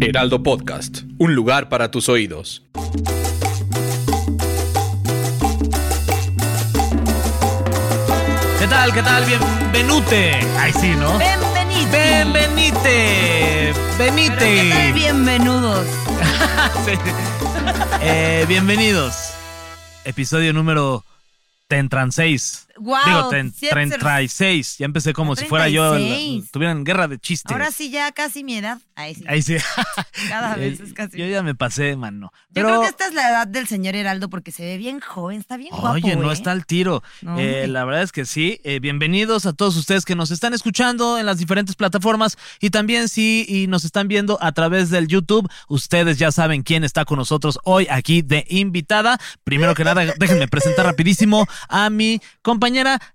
Heraldo Podcast, un lugar para tus oídos. ¿Qué tal? ¿Qué tal? Bienvenute. Ay, sí, ¿no? Bienvenidos. Bienvenite. Pero ¿qué tal Venite. bienvenidos? Sí. Eh, bienvenidos. Episodio número 36. Guau, Digo, ten- sí, ser- 36. Ya empecé como si fuera yo. el- 36. tuvieran guerra de chistes. Ahora sí, ya casi mi edad. Ahí sí. Ahí sí. Cada vez Eh, es casi. Yo Yo, ya me pasé, mano. creo que este esta es la edad del señor Heraldo porque se ve bien joven, está bien guapo. Oye, no ¿eh? está al tiro. No, Eh, hombre. la verdad es que sí. Eh, bienvenidos a todos ustedes que nos están escuchando en las diferentes plataformas y también sí y nos están viendo a través del YouTube. Ustedes ya saben quién está con nosotros hoy aquí de invitada. Primero que nada, déjenme presentar rapidísimo a mi compañera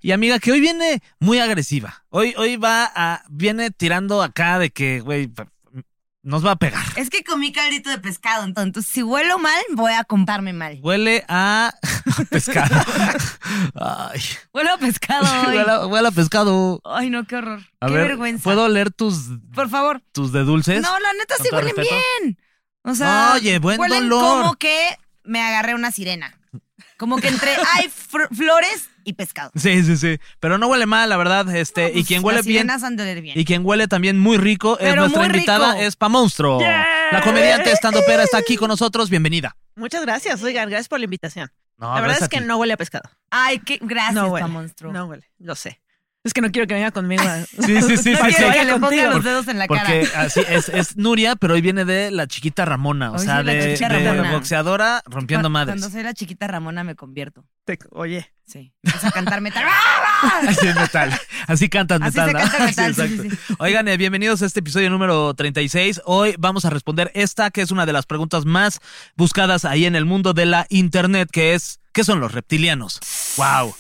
y amiga que hoy viene muy agresiva. Hoy, hoy va a, viene tirando acá de que, güey, nos va a pegar. Es que comí caldito de pescado, entonces si huelo mal, voy a comprarme mal. Huele a pescado. Ay. Huelo a pescado hoy. Huele a- huele a pescado. Ay, no, qué horror. A qué ver, vergüenza. ¿puedo leer tus, Por favor. tus de dulces? No, la neta Con sí todo huelen respeto. bien. O sea, Oye, buen huelen dolor. como que me agarré una sirena. Como que entre hay fr- flores y pescado. Sí, sí, sí. Pero no huele mal, la verdad. Este, No, y pues, quien huele las bien. sirenas han de oler bien. Y quien huele también muy rico es Pero nuestra muy invitada, rico. es Pa Monstruo. La comediante estando pera está aquí con nosotros. Bienvenida. Muchas gracias, oigan, gracias por la invitación. No, la verdad gracias es a que ti. no huele a pescado. Ay, qué gracias, no pa huele. monstruo. No huele, lo sé. Es que no quiero que venga conmigo. a- Sí, sí, sí, No sí, quiero sí. que le ponga contigo. los dedos en la Porque cara. así es, es Nuria, pero hoy viene de la chiquita Ramona, o Hoy sea, soy la de, chiquita de Ramona. boxeadora rompiendo Cu- madres. Cuando soy la chiquita Ramona me convierto. Te- Oye, Sí. Empiezo a cantar metal. ¡Ah! Así es metal. Así cantas Así metal. se ¿no? canta metal, sí, exacto. sí, sí. Oigan, eh, bienvenidos a este episodio número 36. Hoy vamos a responder esta, que es una de las preguntas más buscadas ahí en el mundo de la internet, que es ¿qué son los reptilianos? Wow.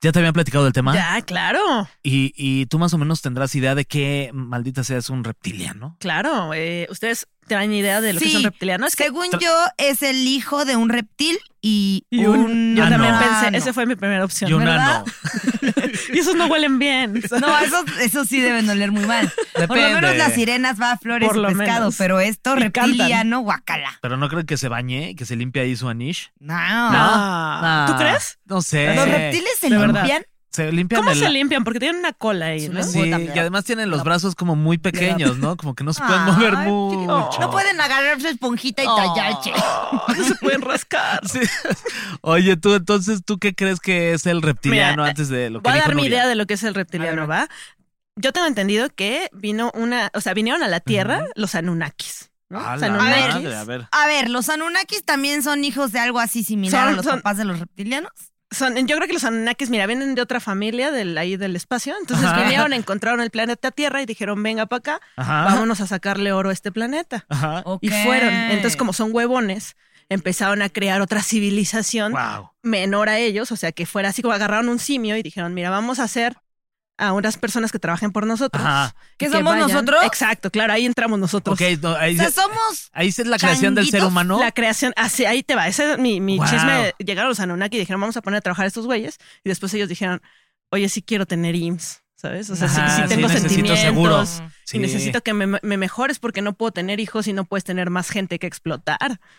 Ya te habían platicado del tema ya, claro, y, y tú más o menos tendrás idea de qué maldita sea es un reptiliano. claro. eh, Ustedes tienen idea de lo que Sí. son reptilianos. Que Según yo, es el hijo de un reptil y, Y un- yo Ah, también no. pensé, no. esa fue mi primera opción. Y un ano. ¿verdad? y esos no huelen bien. No, eso, eso sí deben oler muy mal. Por lo Depende. menos las sirenas va a flores Por y lo pescado, menos. pero esto Y reptiliano, guacala. Pero no creo que se bañe y que se limpie ahí su anish. No. Ah, ¿Tú Ah, crees? No sé. Los reptiles se de verdad. limpian. se limpian ¿Cómo de se la- limpian? Porque tienen una cola ahí, Es ¿no? una- Sí, Bota, mira. y además tienen los brazos como muy pequeños, ¿no? Como que no se pueden Ay, mover chiquito. mucho. No pueden agarrar su esponjita y Oh. tallarse. Oh, no se pueden rascar. Sí. Oye, tú entonces, ¿tú qué crees que es el reptiliano Mira, antes de lo que Voy a dijo dar mi Nuria? idea de lo que es el reptiliano, A ver, ¿va? Yo tengo entendido que vino una, o sea, vinieron a la Tierra los Anunnakis. ¿no? Ah, Los la Anunnakis. madre, a ver. A ver, los Anunnakis también son hijos de algo así similar Son- a los son- papás de los reptilianos. Son, yo creo que los Anunnakis, mira, vienen de otra familia del, ahí del espacio. Entonces Ajá. vinieron, encontraron el planeta Tierra y dijeron, venga para acá, Ajá. vámonos a sacarle oro a este planeta. Ajá. Y Ok. fueron. Entonces, como son huevones, empezaron a crear otra civilización Wow. menor a ellos. O sea, que fuera así como agarraron un simio y dijeron, mira, vamos a hacer a unas personas que trabajen por nosotros. Ajá. ¿Qué que somos vayan- nosotros? Exacto, claro, ahí entramos nosotros. Ok, no, O ahí, sea, somos. ahí es la creación del ser changuitos, humano. La creación, así, ahí te va. Ese es mi, mi Wow. chisme. Llegaron los Anunnaki y dijeron, vamos a poner a trabajar a estos güeyes. Y después ellos dijeron, oye, sí quiero tener IMSS, ¿sabes? O sea, sí- Ajá, sí, sí, tengo necesito sentimientos. seguro. Y necesito que me, me mejores porque no puedo tener hijos y no puedes tener más gente que explotar.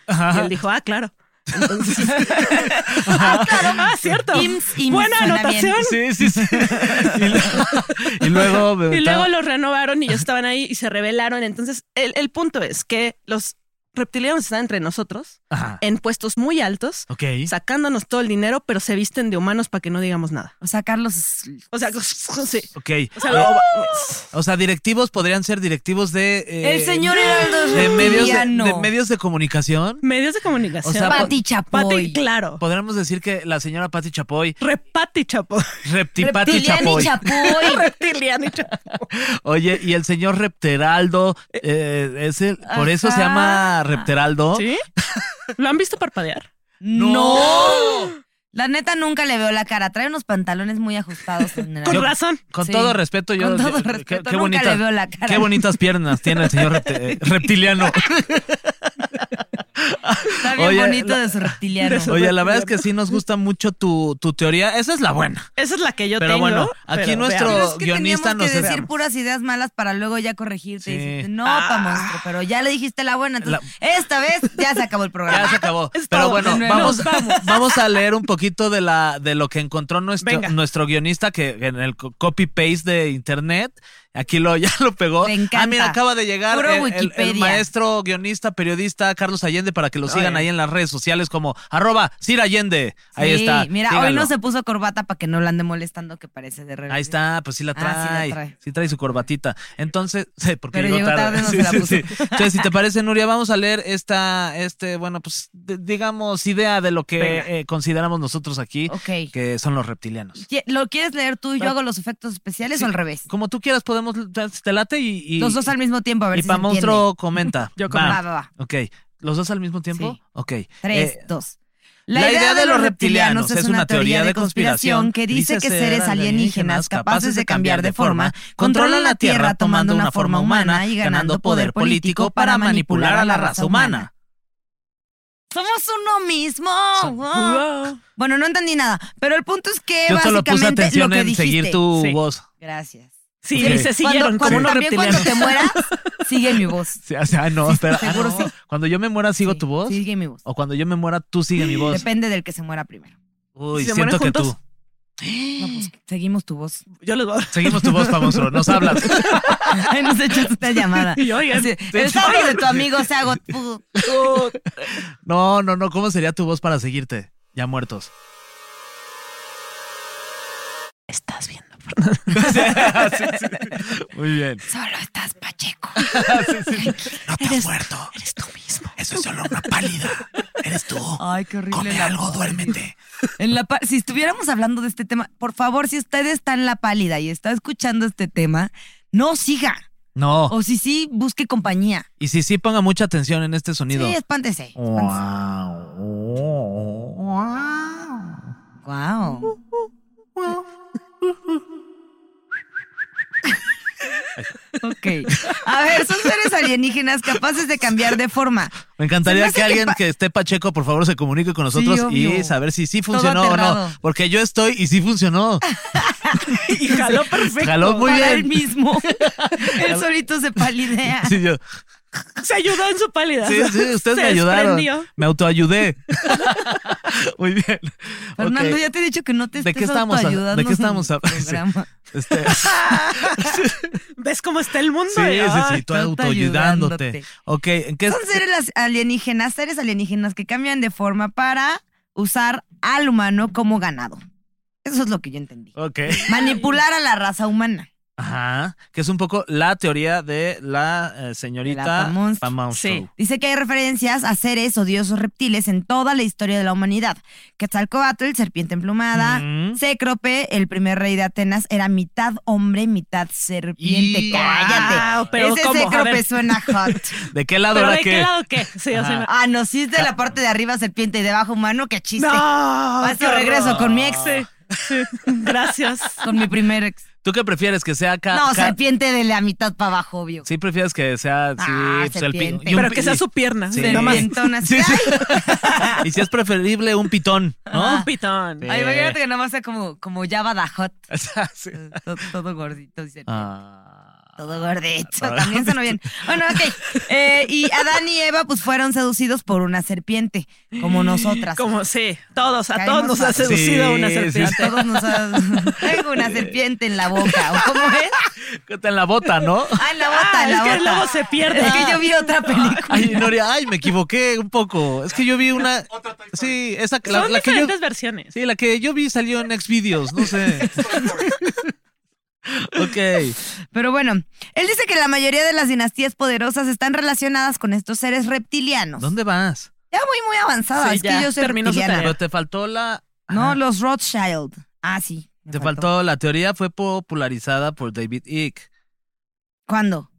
Y Ajá. él dijo, ah, claro. Entonces, Ah, claro. ah, cierto. IMSS, IMSS, Buena suena anotación. Sí, sí, sí. y, lu- y luego. Y luego los renovaron y ellos estaban ahí y se rebelaron. Entonces, el, el punto es que los reptilianos están entre nosotros, Ajá. en puestos muy altos, Ok. sacándonos todo el dinero, pero se visten de humanos para que no digamos nada. O sea, Carlos. es- O sea, sí. Ok. O sea, lo- O sea, directivos podrían ser directivos de. eh, El señor Heraldo De medios de, Rubiano. de medios de comunicación. medios de comunicación. O sea, Pati, Pati Chapoy. claro. Podríamos decir que la señora Patti Chapoy, Repati Chapo. Reptipati Reptiliana Chapoy. y Chapoy. Reptiliano y Chapo. Oye, y el señor Repteraldo, eh, es el- por eso se Ajá. llama Repteraldo. ¿Sí? ¿Lo han visto parpadear? No. La neta nunca le veo la cara. Trae unos pantalones muy ajustados. general. Con razón. Con Sí. todo respeto, yo. eh, Con todo qué- respeto, qué, nunca bonitas, le veo la cara. Qué bonitas piernas tiene el señor repte- eh, reptiliano. Está bien Oye, bonito la- de su reptiliano. de su- Oye, la verdad es que sí nos gusta mucho tu, tu teoría. Esa es la buena. Esa es la que yo Pero tengo. bueno, aquí pero nuestro- veamos. Pero es que guionista teníamos que nos- decir puras ideas malas para luego ya corregirte y Sí. Ah. decirte, no, pa monstruo, pero ya le dijiste la buena. Entonces, esta vez ya se acabó el Ya programa. se acabó. Es Pero todo. bueno, De nuevo. vamos, Nos vamos. vamos a leer un poquito de la de lo que encontró nuestro, Venga. nuestro guionista que en el copy paste de internet. Aquí lo, ya lo pegó. Me encanta. Ah, mira, acaba de llegar Puro el, el- el Wikipedia. maestro, guionista, periodista Carlos Allende para que lo sigan Oye. ahí en las redes sociales como arroba Sir Allende. Ahí Sí, está. Mira, hoy síganlo. no se puso corbata para que no la ande molestando, que parece de revés. Ahí está, pues sí la Ah, sí la trae. sí, trae. trae. su corbatita. Entonces, sí, porque Pero llegó tarde, no Sí, se la sí, puso. sí. Entonces, si te parece, Nuria, vamos a leer esta, este, bueno, pues de- digamos, idea de lo Venga. que eh, consideramos nosotros aquí, Ok. que son los reptilianos. ¿Qui- ¿Lo quieres leer tú y yo hago los efectos especiales o al revés? Como tú quieras, podemos, si te late y. y- Los dos al mismo tiempo, a ver Y si pa' se entiende. monstruo comenta. Yo Va. Va, va, va. Ok. ¿Los dos al mismo tiempo? Sí. Ok. Tres, Eh, dos. La idea de los reptilianos es una teoría de conspiración que dice que seres alienígenas capaces de cambiar de forma controlan la Tierra tomando una forma humana y ganando poder político para manipular a la raza humana. Somos uno mismo. Wow. Wow. Bueno, no entendí nada, pero el punto es que yo solo puse básicamente lo atención que en dijiste. seguir tu Sí. voz. Gracias. Sí, Ok. se siguieron Cuando, cuando- como unos también cuando reptilianos. te mueras, sigue mi voz. Sí, o sea, no, espera. Ah, Seguro no. sí. Cuando yo me muera, sigo Sí, tu voz. Sigue mi voz. O cuando yo me muera, tú sigue mi voz. Depende del que se muera primero. Uy, ¿Se siento que mueren tú. juntos? No, pues, seguimos tu voz. Yo les voy a Seguimos tu voz, pa' monstruo. Nos hablas. Ay, nos echas esta llamada. Y oigan, Así, el sábado de tu amigo se hago. pu- No, no, no. ¿Cómo sería tu voz para seguirte? Ya muertos. Estás viendo. Sí, sí. Muy bien. Solo estás Pacheco. No te has muerto. Eres tú mismo. Eso es solo una pálida. Eres tú. Ay, qué horrible. Come la algo, voz. duérmete. En la pa- si estuviéramos hablando de este tema, por favor, si usted está en la pálida y está escuchando este tema, no siga. No. O si sí, busque compañía. Y si sí, ponga mucha atención en este sonido. Sí, espántese. Oh. espántese. Guau. Ok. A ver, son seres alienígenas capaces de cambiar de forma. Me Se me encantaría hace que que alguien pa- que esté Pacheco, por favor, se comunique con nosotros y obvio. saber si sí Todo funcionó o no. aterrado. Porque yo estoy y sí funcionó. Y jaló perfecto. Jaló muy para él bien. mismo. él solito se palidea. Sí, yo- Se ayudó en su pálida. sí, sí, ustedes Se me ayudaron. desprendió. Me autoayudé. muy bien. Fernando, Ok. ya te he dicho que no te ¿De estés qué estamos hab- autoayudando de qué estamos en el hab- Sí. programa. Este, ¿Ves cómo está el mundo? sí, sí, sí, tú estoy autoayudándote. autoayudándote. Ok, ¿en qué? Son seres las- alienígenas, seres alienígenas que cambian de forma para usar al humano como ganado. Eso es lo que yo entendí. Ok. Manipular a la raza humana. Ajá. Que es un poco la teoría de la eh, De la señorita Pamons- Pamonstro. Sí. Dice que hay referencias a seres odiosos reptiles en toda la historia de la humanidad. Quetzalcoatl, serpiente emplumada, Ujú. Cécrope, el primer rey de Atenas, era mitad hombre, mitad serpiente. Y- Wow, ¡Cállate! pero Ese Ah, ¿cómo? A Cécrope ver. suena hot. ¿De qué lado ¿Pero era de qué? qué lado qué? Sí, o sea, Ajá. me- Ah, no, si es de la parte de arriba serpiente y de abajo humano, qué chiste. No. Paso qué horror. regreso con mi ex. Sí, sí. Gracias. Con mi primer ex. ¿Tú qué prefieres? ¿Que sea acá? No, serpiente de la mitad para abajo, obvio. Sí, prefieres que sea sí, Ah, pues, el pi- serpiente. y un Pero pi- que sea su pierna. Sí. Nada más. Serpientonas. Sí, sí. Ay, y si es preferible un pitón, ¿no? Un pitón. Sí. Ay, imagínate que nada más sea como, como ya badajot. O sea, Ah, sí. Todo, todo gordito. dice. Ah. Todo gordito. También suena bien. Bueno, ok. Eh, y Adán y Eva, pues fueron seducidos por una serpiente, como nosotras. Como sí, todos, a Caemos todos nos ha fatal. seducido Sí, una sí, serpiente. A todos nos ha- Tengo una serpiente en la boca. ¿o ¿Cómo es? Que está en la bota, ¿no? Ah, en la bota, Ah, en la es que el bota. lobo se pierde. Ah, Es que yo vi otra película. Ay, Noria, ay, me equivoqué un poco. Es que yo vi una. Sí, esa la, Son la que yo. diferentes versiones. Sí, la que yo vi salió en Xvideos, no sé. ok. Pero bueno, él dice que la mayoría de las dinastías poderosas están relacionadas con estos seres reptilianos. ¿Dónde vas? Ya voy muy avanzada, Sí, es ya, que yo soy terminó su reptiliana. Pero te faltó la. No, Ajá. los Rothschild. Ah, sí. me Te faltó. La teoría fue popularizada por David Icke. ¿Cuándo?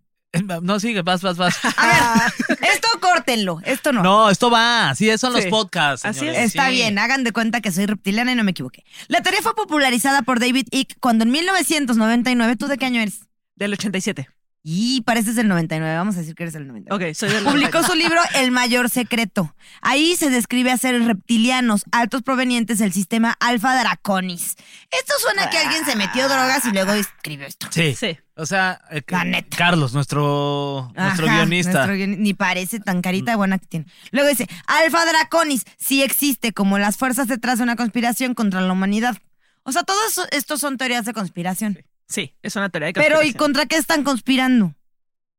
No, sigue, vas, vas, vas. A ver, esto córtenlo, esto no. No, esto va. Así es, son los Sí. podcasts. Así señores, es. Está sí. bien, hagan de cuenta que soy reptiliana y no me equivoqué. La teoría fue popularizada por David Icke cuando en 1999, ¿tú de qué año eres? Del 87. Y pareces del 99, vamos a decir que eres del 99. Ok, soy del Publicó su libro El mayor secreto. Ahí se describe a seres reptilianos, altos provenientes del sistema Alfa Draconis. Esto suena a que alguien se metió drogas y luego escribió esto. Sí. Sí. O sea, eh, La neta. Carlos, nuestro, nuestro Ajá, guionista. nuestro guion- ni parece tan carita de buena que tiene. Luego dice, Alfa Draconis sí existe como las fuerzas detrás de una conspiración contra la humanidad. O sea, todos estos son teorías de conspiración. Sí, es una teoría de Pero ¿y conspiración. contra qué están conspirando?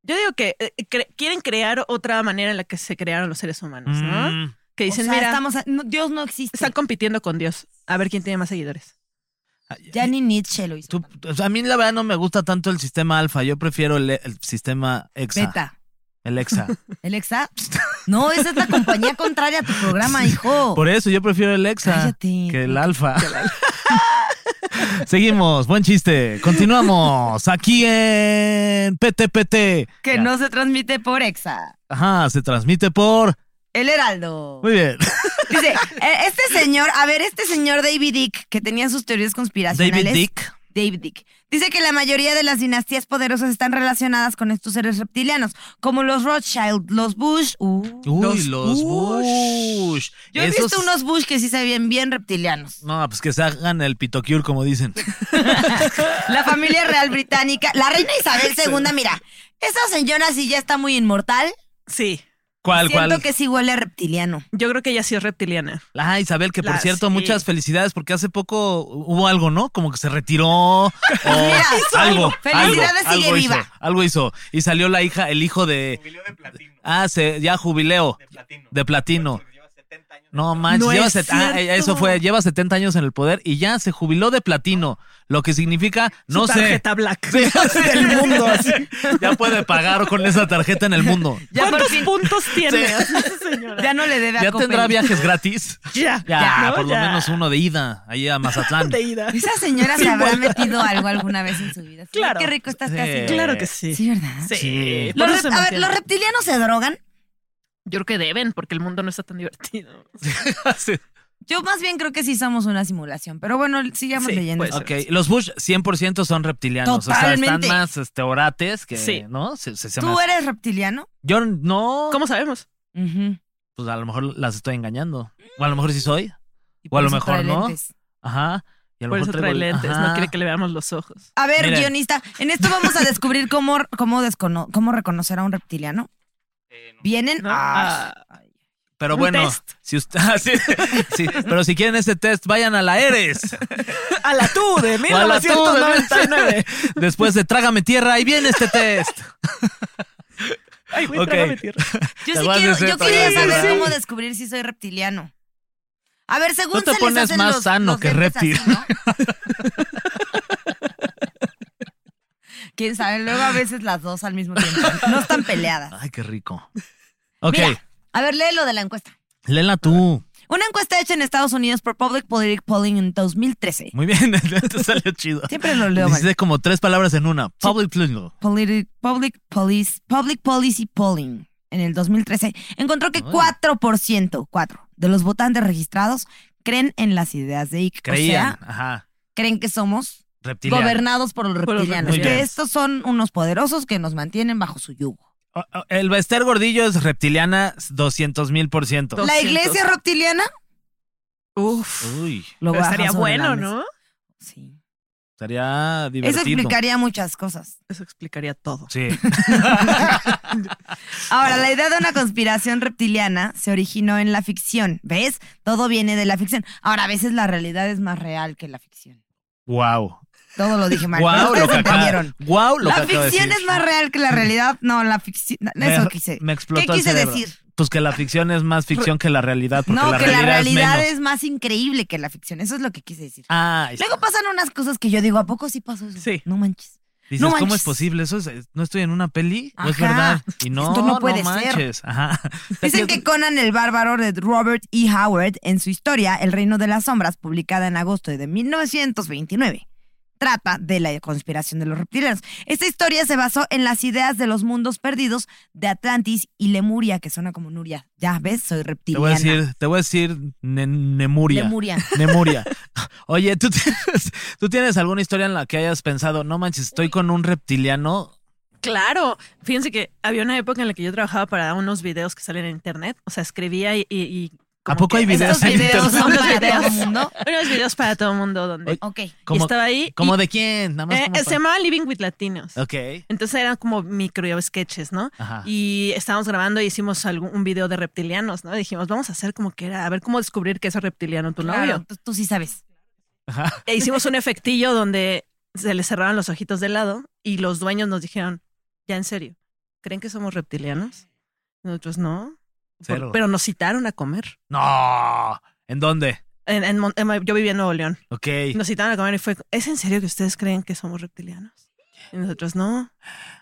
Yo digo que eh, cre- quieren crear otra manera en la que se crearon los seres humanos, ¿no? Mm. Que O dicen, sea, mira, estamos a- no, Dios no existe. están compitiendo con Dios. A ver quién tiene más seguidores. Ya ni Nietzsche lo hizo. Tú- o sea, a mí la verdad no me gusta tanto el sistema alfa, yo prefiero el, el sistema hexa. Beta. El hexa. Alexa. No, esa es la compañía contraria a tu programa, hijo. Por eso yo prefiero el hexa Cállate. que el alfa. Seguimos, buen chiste. Continuamos aquí en PTPT. Que Ya. no se transmite por Exa. Ajá, se transmite por. El Heraldo. Muy bien. Dice, eh, este señor, a ver, este señor David Dick, que tenía sus teorías conspiracionales. David Dick. David Dick. Dice que la mayoría de las dinastías poderosas están relacionadas con estos seres reptilianos, como los Rothschild, los Bush. uh. Uy, Los los Bush. Yo he visto Esos- unos Bush que sí se ven bien reptilianos. No, pues que se hagan el pitocure, como dicen. La familia real británica, la reina Isabel II, mira, esa señora sí ya está muy inmortal. Sí, ¿Cuál, Siento cuál? que sí huele a reptiliano. yo creo que ella sí es reptiliana. Ah, Isabel, que por La- cierto, sí. muchas felicidades porque hace poco hubo algo, ¿no? Como que se retiró o algo. algo. Felicidades, algo, sigue algo viva. Hizo, algo hizo. Y salió la hija, el hijo de. Ah, se, ya jubileo. De platino. No manches, No lleva es set- ah, cierto. eso fue, lleva 70 años en el poder y ya se jubiló de platino, lo que significa, no Su sé, tarjeta black. Sí, así del mundo, así. Ya puede pagar con esa tarjeta en el mundo. Ya, por ¿Cuántos fin, puntos tiene Sí. esa señora? ya no le debe a Ya tendrá Coppel. viajes gratis. Ya, Ya, ¿no? por lo Ya. menos uno de ida, ahí a Mazatlán. de ida. Esa señora se habrá metido algo alguna vez en su vida. Sí, Claro. Qué rico estás casi. Sí. Claro que sí. Sí, ¿verdad? Sí. Sí. por Los rep- eso se a ver, mantiene. ¿los reptilianos se drogan? Yo creo que deben, porque el mundo no está tan divertido. Sí. Yo más bien creo que sí somos una simulación, pero bueno, sigamos Sí, leyendo. pues. Ok, los Bush 100% son reptilianos. O sea, Totalmente. están más este, orates que, Sí. ¿no? Se- se- se me ¿Tú hace. eres reptiliano? Yo no, ¿Cómo sabemos? Ujú. pues a lo mejor las estoy engañando. O a lo mejor sí soy. Y O por a lo eso mejor trae no. lentes. Ajá. Y a lo Por eso mejor trae traigo- lentes, Ajá. no quiere que le veamos los ojos. A ver, Miren. guionista, en esto vamos a descubrir cómo, cómo, descono- cómo reconocer a un reptiliano. Eh, Vienen ¿no? a... Ah, Pero Un bueno, test. si usted. ah, sí, sí, pero si quieren ese test, vayan a la Eres. a la tú de O a la 1999. tuve. Después de Trágame Tierra, ahí viene este test. Ay, güey, Ok. trágame tierra. Yo Te sí vas a quiero, hacer yo quería todavía, saber ¿verdad? cómo descubrir si soy reptiliano. A ver, según Tú te se les pones hacen más los- sano los que lentes así, reptil. ¿no? Quién sabe, luego a veces las dos al mismo tiempo. No están peleadas. Ay, qué rico. Ok, Mira, a ver, léelo de la encuesta. léela tú. Una encuesta hecha en Estados Unidos por Public Politic Polling en 2013. Muy bien, te salió chido. Siempre lo leo mal. Dice como tres palabras en una. Public Plural. Politi- Public, Police- Public Policy Polling en el 2013 encontró que Ay. 4%, 4 de los votantes registrados creen en las ideas de IC. Creían. O sea, Ajá. creen que somos Reptiliano. gobernados por los Por los reptilianos, que reptilianos. estos son unos poderosos que nos mantienen bajo su yugo. O- o- El Bester Gordillo es reptiliana 200 mil por ciento. Dos. ¿La 200. iglesia es reptiliana? Uf. Uy, Lo voy Pero a estaría dejar sobre la bueno, mesa. ¿no? Sí. estaría Eso divertido. explicaría muchas cosas. Eso explicaría todo. Sí. Ahora, la idea de una conspiración reptiliana se originó en la ficción. ¿Ves? Todo viene de la ficción. Ahora, a veces la realidad es más real que la ficción. wow. Todo lo dije mal. Guau, Ustedes lo que acaba, entendieron. guau, lo que la acabo de ficción decir. es más real que la realidad. No, la ficción. Me- Eso quise. Me explotó ¿Qué el quise cerebro. decir? Pues que la ficción es más ficción que la realidad. Porque No, la que realidad la realidad es. es, menos. más increíble que la ficción. Eso es lo que quise decir. Ah, ahí está. Luego pasan unas cosas que yo digo, ¿a poco sí pasó eso? Sí. No manches. Dices, no ¿cómo manches. es posible? ¿Eso es, ¿No estoy en una peli? ¿O es Ajá. verdad? Y no, Esto no puede ser. manches. Ajá. Dicen que Conan el Bárbaro de Robert E. Howard, en su historia El Reino de las Sombras, publicada en agosto de 1929, trata de la conspiración de los reptilianos. Esta historia se basó en las ideas de los mundos perdidos de Atlantis y Lemuria, que suena como Nuria. Ya ves, Te voy soy a reptiliana. decir, te voy a decir ne- Nemuria. Lemuria. Nemuria. Oye, ¿tú tienes, ¿tú tienes alguna historia en la que hayas pensado, no manches, estoy con un reptiliano? Claro, fíjense que había una época en la que yo trabajaba para unos videos que salen en internet, o sea, escribía y... y- y ¿A como poco hay que- videos Estos en videos internet? son Los para todo videos. el mundo. Unos videos para todo el mundo donde... Oye, Ok. y ¿Cómo, estaba ahí... y- ¿cómo de quién? Nada más. eh, como se llamaba Living with Latinos. para- Ok. Ah. Entonces eran como micro sketches, ¿no? Ajá. Y estábamos grabando y hicimos algún, un video de reptilianos, ¿no? dijimos, vamos a hacer como que era, a ver cómo descubrir que es reptiliano tu Claro, novio. tú, tú sí sabes. Ajá. E hicimos un efectillo donde se le cerraban los ojitos de lado y los dueños nos dijeron, ya en serio, ¿creen que somos reptilianos? Nosotros no. Por- Cero. pero nos citaron a comer. No. ¿En dónde? En- en Mon- en- yo vivía en Nuevo León. Ok. Nos citaron a comer y fue, ¿es en serio que ustedes creen que somos reptilianos? Y nosotros no.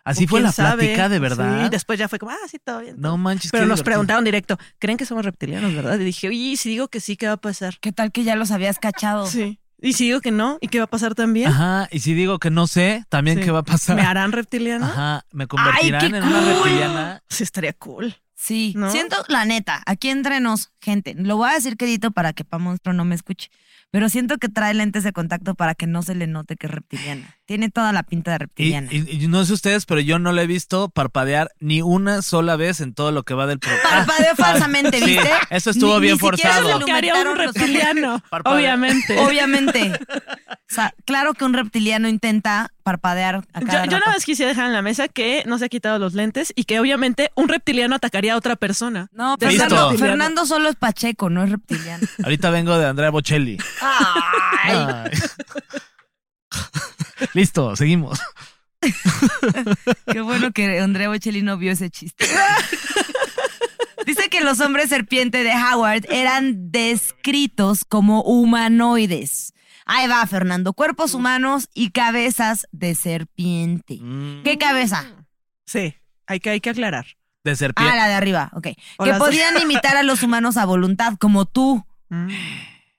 Así ¿O fue quién la plática, sabe? de verdad. Sí, después ya fue como, ah, sí, todo bien. no manches. Pero qué nos divertido. preguntaron directo, ¿creen que somos reptilianos, verdad? Y dije, oye, ¿y si digo que sí, ¿qué va a pasar? ¿Qué tal que ya los habías cachado? Sí. Y si digo que no, ¿y qué va a pasar también? Ajá. Y si digo que no sé, también Sí. qué va a pasar. ¿Me harán reptiliano? Ajá. Me convertirán qué en una cool! reptiliana. Sí, estaría cool. Sí, ¿No? siento, la neta, aquí entre nos, gente, lo voy a decir quedito para que Pa Monstruo no me escuche, pero siento que trae lentes de contacto para que no se le note que es reptiliana. Tiene toda la pinta de Y, reptiliana. y- y no sé ustedes, pero yo no le he visto parpadear ni una sola vez en todo lo que va del Ah, programa. Parpadeó falsamente, Sí, ¿viste? eso estuvo bien siquiera forzado. se Es le lo que haría un numeraron los ojos. reptiliano, Parpadea. obviamente. Obviamente. O sea, claro que un reptiliano intenta parpadear a Yo, cada yo rato. nada más quisiera dejar en la mesa que no se ha quitado los lentes y que obviamente un reptiliano atacaría a otra persona. No, De Listo. Fernando, reptiliano. Fernando solo es Pacheco, no es reptiliano. Ahorita vengo de Andrea Bocelli. Ah. Ay. Listo, seguimos. Qué bueno que Andrea Bocelli no vio ese chiste. Dice que los hombres serpiente de Howard eran descritos como humanoides. Ahí va, Fernando. Cuerpos humanos y cabezas de serpiente. ¿Qué cabeza? Sí, hay que, hay que aclarar. De Ah, serpiente. la de arriba, ok. O Que las- podían imitar a los humanos a voluntad, como tú. Mm.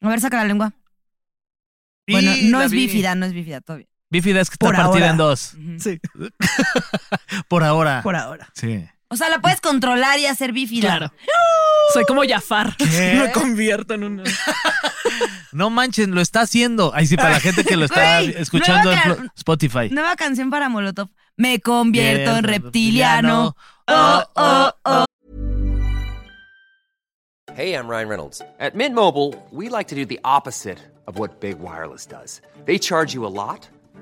A ver, saca la lengua. Y Bueno, no la es vi. bífida, no es bífida todavía. Bífida es que está Por partida ahora. en dos. Ujú. Sí, Por ahora. por ahora. Sí. O sea, la puedes controlar y hacer bífida. Claro. Soy como Jafar. ¿Qué? Me convierto en un... No manchen, lo está haciendo. Ay, sí, para la gente que lo está Güey, escuchando en nueva Flo- Spotify. Nueva canción para Molotov. Me convierto en reptiliano. Oh, oh, oh. Hey, I'm Ryan Reynolds. At Mint Mobile, we like to do the opposite of what Big Wireless does. They charge you a lot,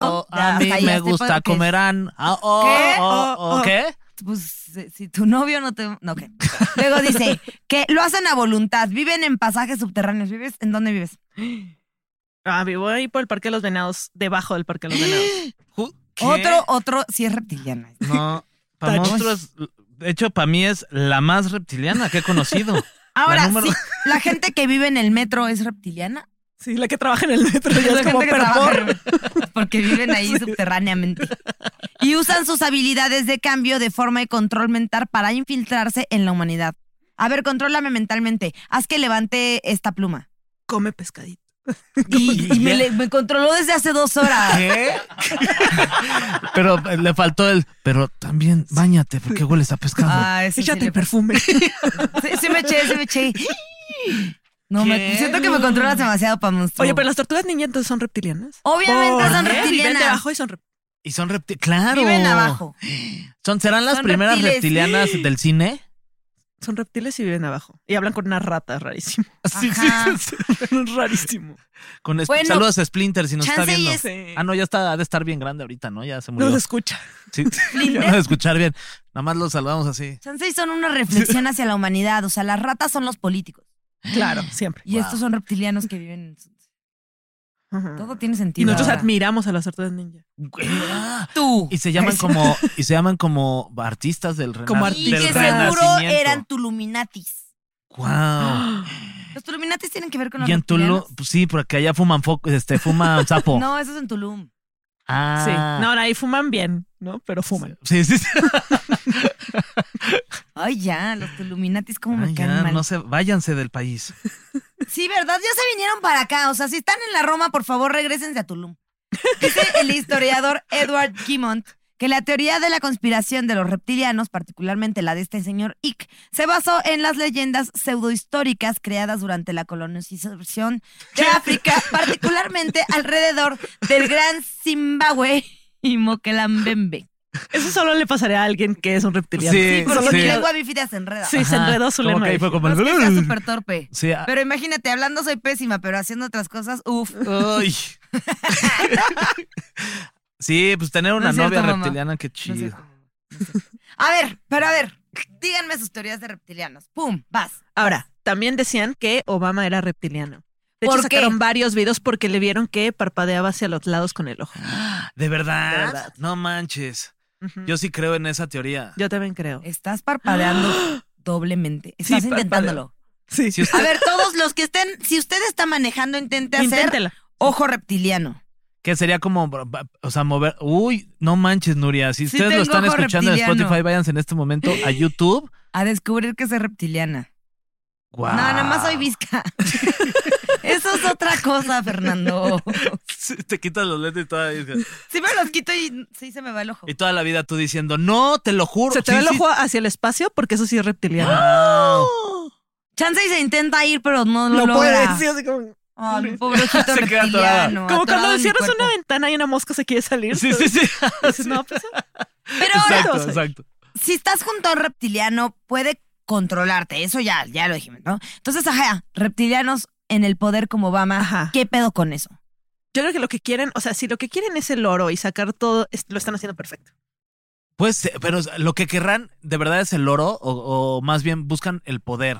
Oh, Ya, a mí hasta ahí, me hasta ahí gusta puedo- ¿qué? comer an. Ah, oh, ¿Qué? oh, oh, Oh, oh. ¿Qué? Pues si- si tu novio no te. No, ok. Luego dice que lo hacen a voluntad, viven en pasajes subterráneos. ¿Vives? ¿En dónde vives? Ah, vivo ahí por el Parque de los Venados, debajo del Parque de los Venados. Ju- ¿Qué? Otro, otro, sí es reptiliana. No, para Tachos. monstruos. De hecho, para mí es la más reptiliana que he conocido. Ahora, número- sí, la gente que vive en el metro es reptiliana. Sí, la que trabaja en el metro. Pues Ya La es como gente que trabaja perfor. en- porque viven ahí subterráneamente. Y usan sus habilidades de cambio de forma y control mental para infiltrarse en la humanidad. A ver, contrólame mentalmente. Haz que levante esta pluma. Come pescadito. Y, y me, le- me controló desde hace dos horas. ¿Qué? pero eh, le faltó el. Pero también bañate porque hueles a pescado. Ah, eso sí Échate le- el perfume. Sí, sí me eché, sí me eché. No, me, siento que me controlas demasiado para monstruo. Oye, pero las tortugas ninja entonces son reptilianas. Obviamente ¿Por son qué? Viven reptilianas. debajo y son reptilianas. y son reptiles. Claro. Viven abajo. Son, ¿Serán las Son primeras reptiles. reptilianas del cine? Son reptiles y viven abajo. Y hablan con unas ratas, rarísimo. Sí, sí, Ajá. sí, sí. rarísimo. Con Sp- Bueno, saludos a Splinter si nos está chance y viendo. es- Sí. Ah, no, ya está, ha de estar bien grande ahorita, ¿no? Ya se No murió. se escucha. Sí, ya no de escuchar bien. Nada más los saludamos así. Chance y son una reflexión hacia la humanidad. O sea, las ratas son los políticos. Claro, siempre. Y estos son reptilianos que viven. en su- Ajá. Todo tiene Y sentido. nosotros ahora. admiramos a las tortugas ninja. Ah, tú. Y se llaman como, y se llaman como artistas del renac- Como Y del que artistas. seguro renacimiento. eran tuluminatis. Guau. Los tuluminatis tienen que ver con los Y en Tulum, reptilianos. pues sí, porque allá fuman foco, este, fuman sapo. No, eso es en Tulum. Ah. Sí. No, ahí fuman bien, ¿no? Pero fuman. Sí, sí, sí. Ay, ya, los tuluminatis como Ay, me caen ya, mal. no se, váyanse del país. Sí, ¿verdad? Ya se vinieron para acá. O sea, si están en la Roma, por favor, regresense a Tulum. Dice el historiador Edward Guimont que la teoría de la conspiración de los reptilianos, particularmente la de este señor Ick, se basó en las leyendas pseudohistóricas creadas durante la colonización de África, particularmente alrededor del gran Zimbabue y Mokelambembe. Eso solo le pasaría a alguien que es un reptiliano. Sí, Porque sí. mi lengua bífida se enreda. Sí, se Ajá. enredó su Como lema. que ahí fue como el- No es que sea súper torpe. Sí, ah, Pero imagínate, hablando soy pésima, pero haciendo otras cosas, uff. Ay. sí, pues tener una es novia cierto, mamá. reptiliana, qué No sé chido. cómo, no sé. A ver, pero a ver, díganme sus teorías de reptilianos. ¡Pum! Vas. Ahora, también decían que Obama era reptiliano. De hecho, ¿Por qué? sacaron varios videos porque le vieron que parpadeaba hacia los lados con el Ah. ojo. ¿De verdad? De verdad. No manches. Ujú. Yo sí creo en esa teoría. Yo también creo. Estás parpadeando doblemente. Estás parpadeo. intentándolo. Sí, Si A usted- ver, todos los que estén, si usted está manejando, intente hacer Inténtela. ojo reptiliano. que sería como, o sea, mover. Uy, no manches, Nuria. Si Sí ustedes lo tengo están ojo escuchando en reptiliano. Spotify, váyanse en este momento a YouTube. A descubrir que soy reptiliana. Guau. No, nada más soy visca. Eso es otra cosa, Fernando. Sí, Te quitas los lentes y toda, y Sí me los quito y sí se me va el ojo. toda la vida tú diciendo, no, te lo juro. Se te Sí, ve el sí. ojo hacia el espacio porque eso sí es reptiliano. Guau. ¡Oh! Chance y se intenta ir, pero no lo, Lo logra. puede decir así como. Ay, mi pobrecito Se queda atorada. reptiliano. Como atorado cuando en mi cierras cuerpo. una ventana y una mosca se quiere salir. Sí, sí, sí. Dices, no, pues, Pero ahora, Exacto, o sea, exacto. si estás junto a un reptiliano, puede controlarte. Eso ya, ya lo dijimos, ¿no? Entonces, ajá, reptilianos en el poder como Obama, Ajá. ¿qué pedo con eso? Yo creo que lo que quieren, o sea, si lo que quieren es el oro y sacar todo, es- lo están haciendo perfecto. Pues, eh, pero lo que querrán de verdad es el oro o, o más bien buscan el poder.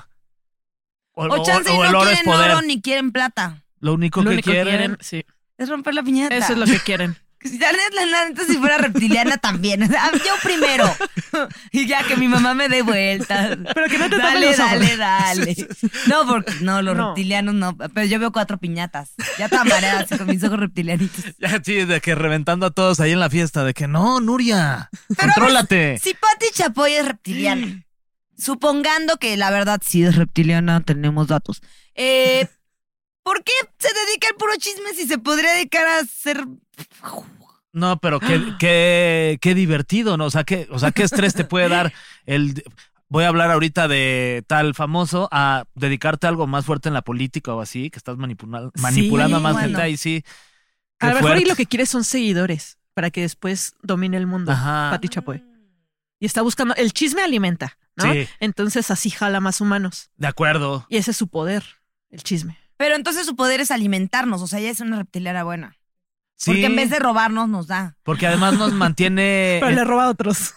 O, O o- chance y o no el oro es quieren poder. oro ni quieren plata. Lo único lo que único quieren, sí. Es romper la piñata. Eso es lo que quieren. Si tal vez la neta, si fuera reptiliana también. Ah, Yo primero. y ya que mi mamá me dé vueltas. Pero que no te tapen Dale, los ojos. dale, dale. No, porque no, los No. reptilianos no. Pero yo veo cuatro piñatas. Ya tamaré así con mis ojos reptilianitos. Ya, sí, de que reventando a todos ahí en la fiesta, de que no, Nuria, contrólate. Si Patti Chapoy es reptiliana, supongando que la verdad sí es reptiliana, tenemos datos. Eh, ¿Por qué se dedica al puro chisme si se podría dedicar a ser. No, pero qué, qué, qué divertido, ¿no? O sea, qué, o sea, qué estrés te puede dar el. Voy a hablar ahorita de tal famoso a dedicarte a algo más fuerte en la política o así, que estás manipulando, Sí, manipulando a más bueno. gente ahí, sí. Qué A lo mejor fuerte. y lo que quiere son seguidores para que después domine el mundo. Ajá. Pati Chapoy. Y está buscando, el chisme alimenta, ¿no? Sí. Entonces así jala más humanos. De acuerdo. Y ese es su poder, el chisme. Pero entonces su poder es alimentarnos, o sea, ella es una reptiliana buena. Sí, Porque en vez de robarnos, nos da. porque además nos mantiene. Pero le roba a otros.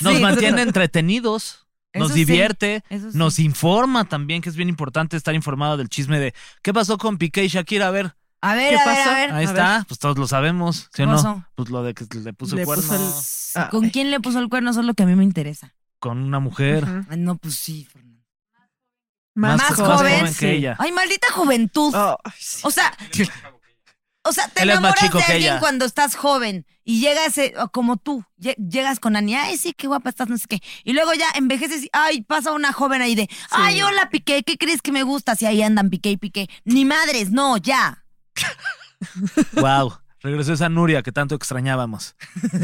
Nos Sí, mantiene exacto. entretenidos, nos Eso sí, divierte, eso sí. nos informa también, que es bien importante estar informado del chisme de qué pasó con Piqué y Shakira. A ver, A ver, ¿Qué a ver, pasó? a ver. ahí a está, pues todos lo sabemos, ¿sí o ¿Qué no? pasó? Pues lo de que le puso Le el cuerno puso el- Ah, ¿Con quién le puso el cuerno? Eso es lo que a mí me interesa. con una mujer. Ujú. Ay, no, pues sí, Fernando. Más, más jo- más joven. que ella. Ay, maldita juventud. Oh, ay, sí. O sea, o sea, te Él es más enamoras chico de que alguien ella. cuando estás joven y llegas eh, o como tú, lle- llegas con Ani, ay, sí, qué guapa estás, no sé qué. Y luego ya envejeces y, ay, pasa una joven ahí de, ay, hola, Piqué, ¿qué crees que me gusta? Si ahí andan Piqué y Piqué. Ni madres, no, ya. Wow. Regresó esa Nuria que tanto extrañábamos.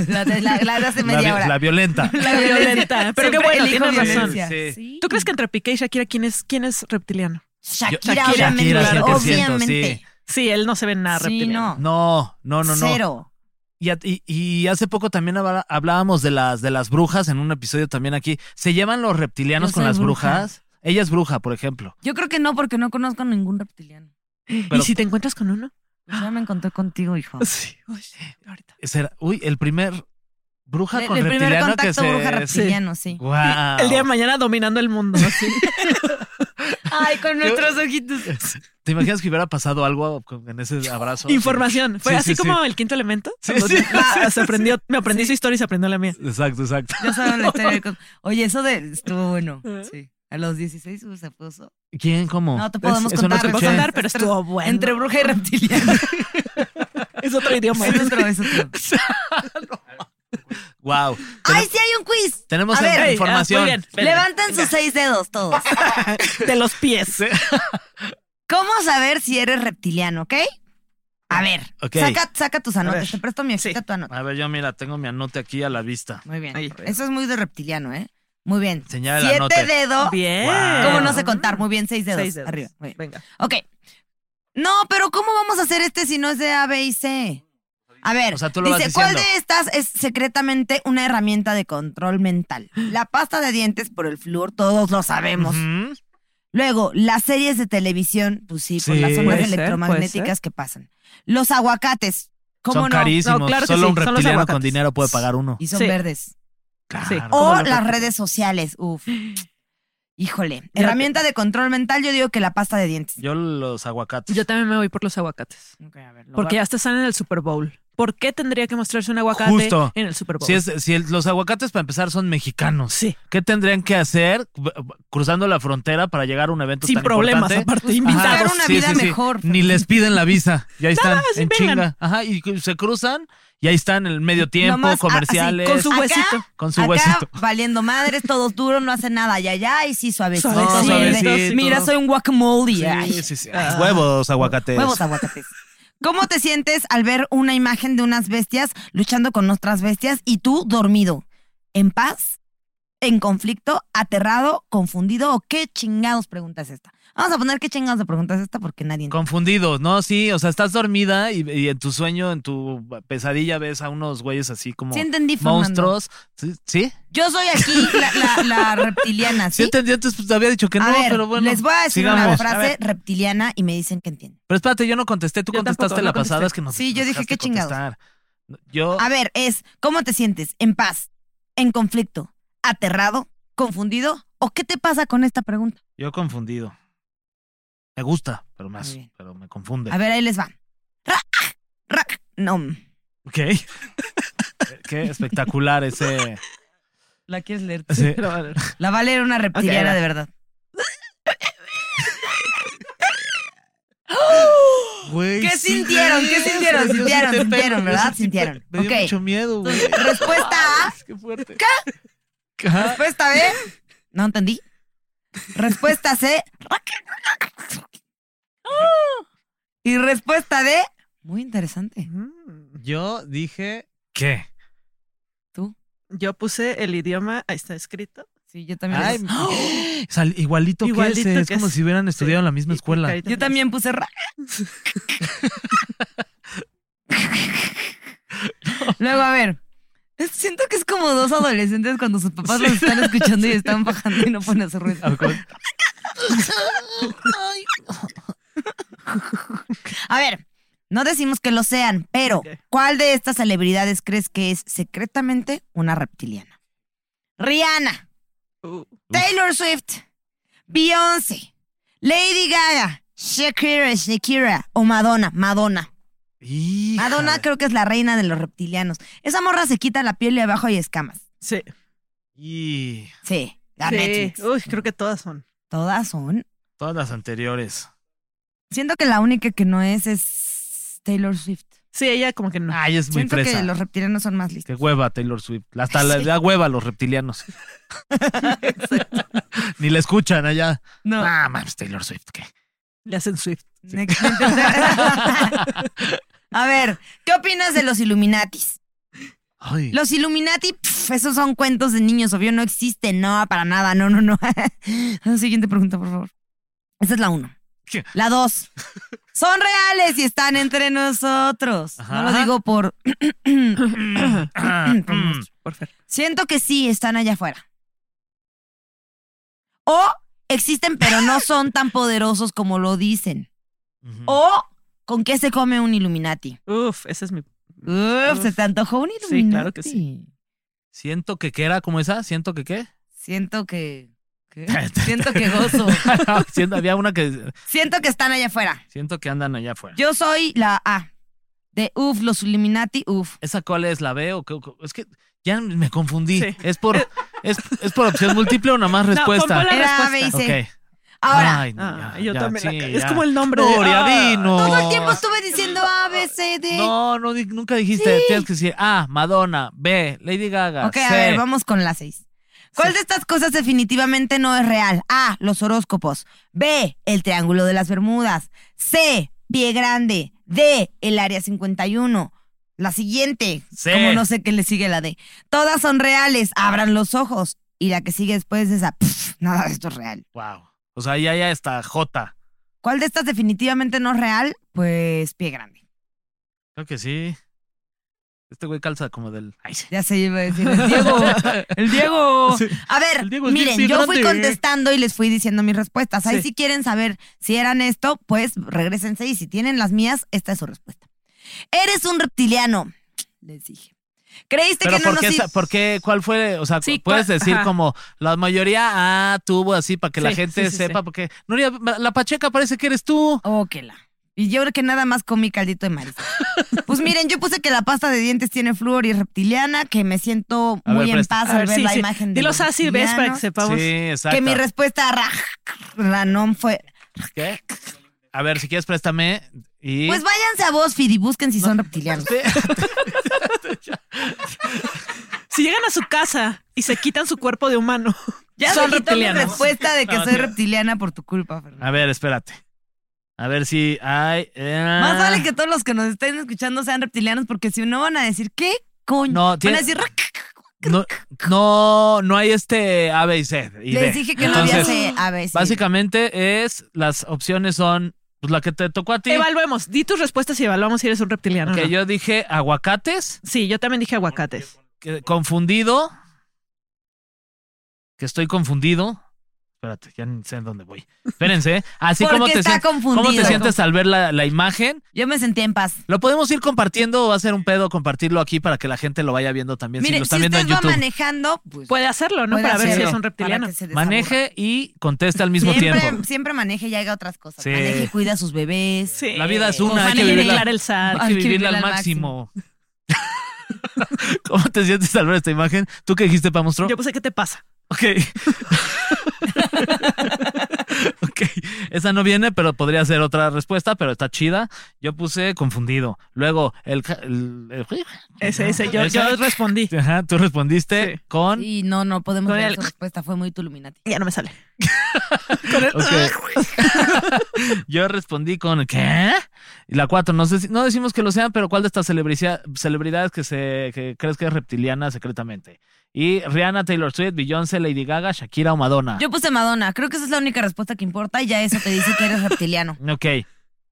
La, la, la de La, vi- hace media hora. la violenta. La violenta. Pero qué Siempre bueno, elijo tienes razón. violencia. Sí. Sí. ¿Tú crees que entre Piqué y Shakira quién es, quién es reptiliano? Shakira, Shakira, obviamente, Shakira, 100%, obviamente. Sí, él no se ve nada Sí, Ah, reptiliano. no. No, no, no, no. Cero. Y, a- y- y hace poco también habla- hablábamos de las, de las brujas en un episodio también aquí. ¿Se llevan los reptilianos Yo con soy las bruja. brujas? Ella es bruja, por ejemplo. Yo creo que no, porque no conozco a ningún reptiliano. Pero- Ah. ¿Y si te encuentras con uno? Pues ya me encontré contigo, hijo. Sí. Uy, ahorita. Será- Uy, el primer bruja El, con el primer reptiliano que contacto se... bruja reptiliano, sí. Guau. El día de mañana dominando el mundo. así. Ay, con nuestros ojitos. ¿Te imaginas que hubiera pasado algo con- en ese abrazo? Información. Fue Sí, así sí, como el quinto elemento. Sí, Cuando- sí. Ah, se aprendió, me aprendí su historia y se aprendió la mía. Sí. Exacto, exacto. Ya saben la historia del cos- Oye, eso de estuvo bueno. ¿Eh? Sí. A los 16 se puso. ¿Quién? ¿Cómo? No te podemos Eso contar. No Podemos escuché. contar, pero estuvo bueno. Entre bruja y reptiliano. Es otro idioma. ah, es otro, es otro. Wow. ¡Ay, sí hay un quiz! Tenemos A ver, Ey, ah, información. muy bien. Espérame. Levanten sus seis dedos todos. De los pies. ¿Cómo saber si eres reptiliano, ok? A ver, Ok. saca, saca tus anotes. ver. Te presto mi hojita, tu anota. A ver, yo mira, tengo mi anote aquí a la vista. Muy bien. Ahí. Eso es muy de reptiliano, ¿eh? Muy bien. Señala el Siete anote. dedos. Bien. Wow. ¿Cómo no sé contar? Muy bien, seis dedos. Seis dedos. Arriba. Muy bien. Venga. Ok. No, pero ¿cómo vamos a hacer este si no es de A, B y C? A ver, O sea, tú lo dice, vas ¿cuál diciendo. de estas es secretamente una herramienta de control mental? La pasta de dientes por el flúor, todos lo sabemos. Ujú. Luego, las series de televisión, pues sí, por Sí. las ondas Puede ser, puede electromagnéticas que pasan. Los aguacates, ¿cómo Son no? carísimos. No, claro que Solo sí, un son los reptiliano con aguacates. dinero puede pagar uno. Y son Sí. verdes. Sí. Oh. Claro. O ¿Cómo lo las recuerdo? redes sociales, uf. Híjole, herramienta de control mental, yo digo que la pasta de dientes. Yo los aguacates. Yo también me voy por los aguacates. Ok, a ver, lo Porque voy ya te salen en el Super Bowl. ¿Por qué tendría que mostrarse un aguacate Justo. en el Super Bowl? Si, es, si el- los aguacates, para empezar, son mexicanos. Sí. ¿Qué tendrían que hacer b- b- cruzando la frontera para llegar a un evento Sin tan problemas, importante? aparte, Ajá, invitados. Buscar una vida mejor. Ni les piden la visa. Y ahí están, sí, en vengan. chinga. Ajá, y cu- se cruzan y ahí están el medio tiempo, Nomás, ah, comerciales. así, con su Acá, huesito. Con su acá, huesito. Valiendo madres, todos duros, no hacen nada. Ya, ya, y sí, suavecito. Suavecito, Sí, suavecito. de- Mira, soy un guacamole. Ay, Sí, sí, sí. Ay, Huevos, aguacates. Huevos aguacates. ¿Cómo te sientes al ver una imagen de unas bestias luchando con otras bestias y tú dormido? ¿En paz? ¿En conflicto? ¿Aterrado? ¿Confundido? ¿O qué chingados pregunta es esta? Vamos a poner qué chingados de pregunta es esta porque nadie entiende. Confundidos, ¿no? Sí, o sea, estás dormida y, y en tu sueño, en tu pesadilla, ves a unos güeyes así como Sí entendí, Fernando. monstruos. ¿Sí? ¿Sí? Yo soy aquí la, la- la ¿Sí reptiliana, ¿Ah, ¿sí? entendí, antes pues, te había dicho que a no, ver, pero bueno. les voy a decir una sigamos. A frase ver, reptiliana y me dicen que entienden. Pero espérate, yo no contesté, tú Yo tampoco, contestaste no la pasada, contesté. es que no Sí, yo dije, ¿qué chingados? Yo, A ver, es, ¿cómo te sientes? ¿En paz? ¿En conflicto? ¿Aterrado? ¿Confundido? ¿O qué te pasa con esta pregunta? yo confundido. Me gusta, pero más, bien. pero me confunde. A ver, ahí les va. Ra, ah, ra, No. mm, Ok. Qué espectacular ese. La quieres leer. ese- La va a leer una reptiliana Ok, va. de verdad. Güey, ¿Qué sí, sintieron? güey, ¿Qué sintieron? yo Sintieron, sentí sintieron, pena, ¿verdad? yo sentí Sintieron. pena. Me dio Ok. mucho miedo, güey. Respuesta A. Ay, Qué fuerte. Respuesta B. No entendí. Respuesta C. Y respuesta D. Muy interesante. Mm. Yo dije. ¿Qué? ¿Tú? Yo puse el idioma, ahí está escrito. Sí, yo Ay, sal- igualito, Igualito que ese. Es que como ese. si hubieran estudiado en la misma Y- y escuela. carita Yo atrás. también puse ra. Luego, a ver. es- Siento que es como dos adolescentes cuando sus papás los están escuchando y están bajando y no pueden hacer ruido. A ver, ¿cómo- A ver, no decimos que lo sean, pero Ok. ¿cuál de estas celebridades crees que es secretamente una reptiliana? Rihanna, Uh, Taylor Swift, Beyoncé, Lady Gaga, Shakira, Shakira o Madonna, Madonna. Híjale. Madonna creo que es la reina de los reptilianos. Esa morra se quita la piel y abajo hay escamas. sí. Y- Sí, la Sí. Netflix. Uy, creo que todas son. Todas son Todas las anteriores. Siento que la única que no es es Taylor Swift. Sí, ella como que no. Ay, es muy Siento fresa. que los reptilianos son más listos. Qué hueva Taylor Swift. Hasta la- Sí. da hueva a los reptilianos. Ni la escuchan allá. No. Ah, mames, Taylor Swift, ¿qué? Le hacen Swift. Next- A ver, ¿qué opinas de los Illuminatis? Ay. Los Illuminati, pf, esos son cuentos de niños, obvio, no existen, no, para nada, no, no, no. Siguiente pregunta, por favor. Esta es la uno. ¿Qué? La dos. Son reales y están entre nosotros. No lo Ajá. digo por... Ah, por mm. monstruo. Siento que sí, están allá afuera. O existen, pero no son tan poderosos como lo dicen. Mm. Ujú. Oh. O con qué se come un Illuminati. Uf, ese es mi. Uf, se te antojó un Illuminati. Sí, claro que Siento que qué era como esa, siento que qué. Siento que. ¿qué? Siento que gozo. siento, había una que Siento que están allá afuera. siento que andan allá afuera. Yo soy la A. De uf, los Illuminati, uf. ¿Esa cuál es? ¿La B o qué? Es que ya me confundí. Sí. ¿Es, por, es, ¿es por opción múltiple o nada más respuesta? pon la Era A, B y respuesta. C. Ok. Ahora, Ay, Ah, ya, yo ya, también la sí, cagué. Es ya. como el nombre de- Gloria, Ah. vino. todo el tiempo estuve diciendo A, B, C, D. No, no di- nunca dijiste. Tienes que decir A, Madonna, B, Lady Gaga. Ok, a C. ver, vamos con la seis. ¿Cuál de estas cosas definitivamente no es real? A. Los horóscopos. B. El Triángulo de las Bermudas. C. Pie Grande. D. El Área 51. La siguiente. C. Como no sé qué le sigue la D. Todas son reales. Abran los ojos. Y la que sigue después es esa. pf, nada de esto es real. Wow. O sea, ya ya está J. ¿Cuál de estas definitivamente no es real? Pues Pie Grande. Creo que sí. Este güey calza como del. Ay, sí. Ya se iba a decir. El Diego. El Diego. A ver, El Diego es bien miren, yo fui grande. contestando y les fui diciendo mis respuestas. Ahí Sí. si quieren saber si eran esto, pues regresense y si tienen las mías, esta es su respuesta. Eres un reptiliano, les dije. ¿Creíste Pero que no ¿por nos qué, i- sa- por qué- cuál fue? O sea, Sí, puedes ¿cuál? decir Ajá. como la mayoría ah, tuvo así para que la Sí, gente sí, sí, sepa, sí. porque Nuria, la Pacheca parece que eres tú. Oh, que la. Y yo creo que nada más comí caldito de marisco. Pues miren, yo puse que la pasta de dientes tiene flúor y reptiliana, que me siento A ver, muy en presta. paz A al ver, ver sí, la sí. imagen de Dilos los así, ves, para que reptilianos, sepamos. Sí, exacto. Que mi respuesta raj, la no fue ¿Qué? A ver, si quieres, préstame. Y... Pues váyanse a BuzzFeed y busquen si son reptilianos. Si llegan a su casa y se quitan su cuerpo de humano, Ya son me quitó mi reptilianos. respuesta de que No, soy tío. reptiliana por tu culpa, Fernando. A ver, espérate. A ver si hay. eh, Más vale que todos los que nos estén escuchando sean reptilianos porque si no van a decir, ¿qué coño? No, van tiene- a decir, "Rac". No, no, no hay este A, B y C. y D. les dije que no había Entonces, C, a ver, sí. Básicamente es, las opciones son, pues la que te tocó a ti. evaluemos. Di tus respuestas y evaluamos si eres un reptiliano. o Que no. yo dije aguacates, Sí, yo también dije aguacates. que- confundido, que estoy confundido. Espérate, ya ni sé en dónde voy. Espérense. ¿eh? Así Porque como te, está sien- confundido. ¿cómo te sientes al ver la, la imagen. Yo me sentía en paz. ¿Lo podemos ir compartiendo o va a ser un pedo compartirlo aquí para que la gente lo vaya viendo también? si Miren, lo si están viendo usted en va YouTube. manejando, pues, Puede hacerlo, ¿no? puede Para ver si hacerlo, es un reptiliano. para que se desaburra. Maneje y conteste al mismo siempre, tiempo. Siempre maneje y haga otras cosas. Sí. Maneje y cuida a sus bebés. Sí. La vida es Como una, hay que maneje y vivirla. declara el SAT. Ah, Hay que vivirla al máximo. ¿Cómo te sientes al ver esta imagen? ¿Tú qué dijiste para monstruo? Yo puse, ¿qué te pasa? Ok. ok. Esa no viene, pero podría ser otra respuesta, pero está chida. Yo puse confundido. Luego, el. ja- el- el- Ese, ese, yo, Ese. yo respondí. Ajá, tú respondiste Sí. con. Y no, no podemos Con ver el- su respuesta. Fue muy Illuminati. Ya no me sale. Ok. Yo respondí con ¿qué? Y la cuatro, no sé si- no decimos que lo sean, pero ¿cuál de estas celebricia- celebridades que se que crees que es reptiliana secretamente? Y Rihanna, Taylor Swift, Beyoncé, Lady Gaga, Shakira o Madonna. Yo puse Madonna. Creo que esa es la única respuesta que importa y ya eso te dice que eres reptiliano. Ok.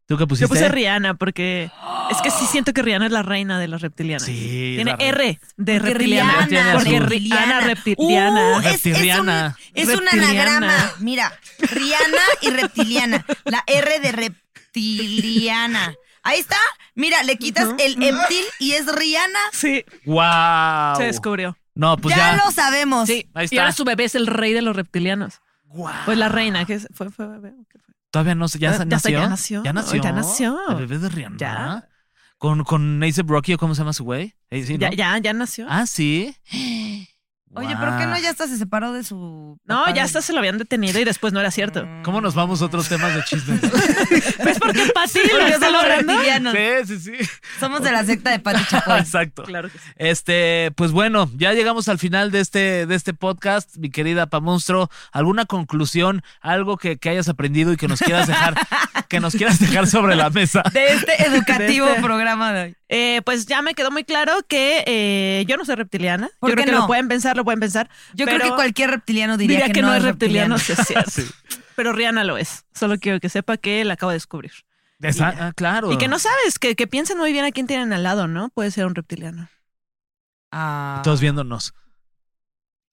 ¿Tú qué pusiste? Yo puse Rihanna porque es que sí siento que Rihanna es la reina de los reptilianos. Sí, Tiene la reina. R de Porque reptiliana. Rihanna, porque reptiliana. Rihanna Uh, reptiliana. es- es un- Reptiliana. Es, un, Reptiliana. anagrama. Mira, Rihanna y reptiliana. La R de reptiliana. Ahí está. Mira, le quitas el reptil y es Rihanna. Sí, ¡Wow! se descubrió. No, pues ya, ya. lo sabemos. Sí, Ahí y ahora está. su bebé es el rey de los reptilianos. Guau. Pues la reina, que es- fue, fue bebé. ¿qué fue? Todavía no sé. ¿Ya, Ya- ya nació? nació. Ya nació. Ya nació. El bebé de Rihanna. Ya. Con, con A$AP Rocky, ¿o ¿cómo se llama su güey? Eh, sí, ¿no? Ya, ya, ya nació. Ah, sí. Oye, ¿pero qué no ya hasta se separó de su. No, papá? Mm. ya hasta se lo habían detenido y después no era cierto. ¿Cómo nos vamos a otros temas de chismes? Pues porque Pati lo Porque está somos logrando. reptilianos. sí, sí, sí. Somos de la secta de Pati Chapoy. Exacto. Claro que sí. Este, pues bueno, ya llegamos al final de este, de este podcast, mi querida Pamonstro. ¿Alguna conclusión, algo que, que hayas aprendido y que nos quieras dejar, que nos quieras dejar sobre la mesa? De este educativo De este. programa de hoy. Eh, pues ya me quedó muy claro que eh, yo no soy reptiliana. ¿Por yo creo qué que no? lo pueden pensar, lo pueden pensar. Yo pero creo que cualquier reptiliano diría, que, no, es reptiliano. reptiliano. sí, es cierto. Pero Rihanna lo es. Solo quiero que sepa que la acabo de descubrir. Esa- ah, claro. Y que no sabes, que, que piensen muy bien a quién tienen al lado, ¿no? Puede ser un reptiliano. Ah. Todos viéndonos.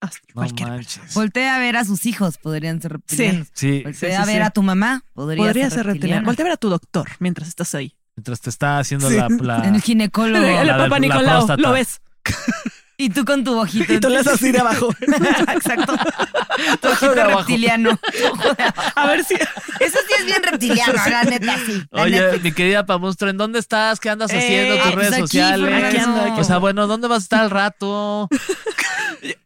Hasta No cualquier manches. Voltea a ver a sus hijos, podrían ser reptilianos. Sí, Voltea Sí, sí, a ver sí. a tu mamá, podría, Podría ser reptiliano. reptiliana. Voltea a ver a tu doctor mientras estás ahí. mientras te está haciendo la, la- En el ginecólogo. El la de- papá la Nicolau, próstata. lo ves. Y tú con tu ojito. Y tú le haces así de abajo. Exacto. Tu ojito de abajo. reptiliano. A ver si. Eso sí es bien reptiliano, la neta, sí. La Oye, neta. mi querida Pamonstro, ¿en dónde estás? ¿Qué andas Eh, haciendo? Tus ah, pues redes aquí, sociales. Fernando. Aquí ando, aquí O sea, ando. bueno, ¿dónde vas a estar al rato?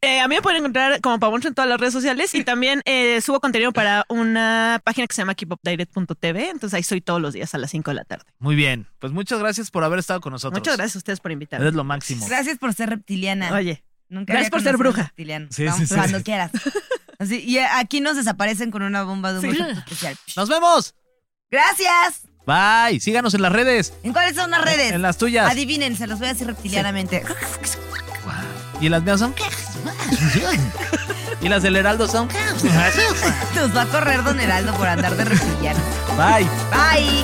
Eh, a mí me pueden encontrar como Pamoncho en todas las redes sociales y también eh, subo contenido para una página que se llama keepupdirect.tv. Entonces ahí estoy todos los días a las 5 de la tarde. Muy bien. Pues muchas gracias por haber estado con nosotros. Muchas gracias a ustedes por invitarme. Eres lo máximo. Gracias por ser reptiliana. Oye, Nunca gracias había por ser conocido bruja. reptiliano. Sí, Vamos, sí, sí, Cuando sí. quieras. Así, y aquí nos desaparecen con una bomba de un Sí. especial. Nos vemos. Gracias. Bye. Síganos en las redes. ¿En cuáles son las redes? En las tuyas. Adivinen, se los voy a decir reptilianamente. Y las mías son. y las del Heraldo son. Nos va a correr Don Heraldo por andar de reptiliano. Bye. Bye.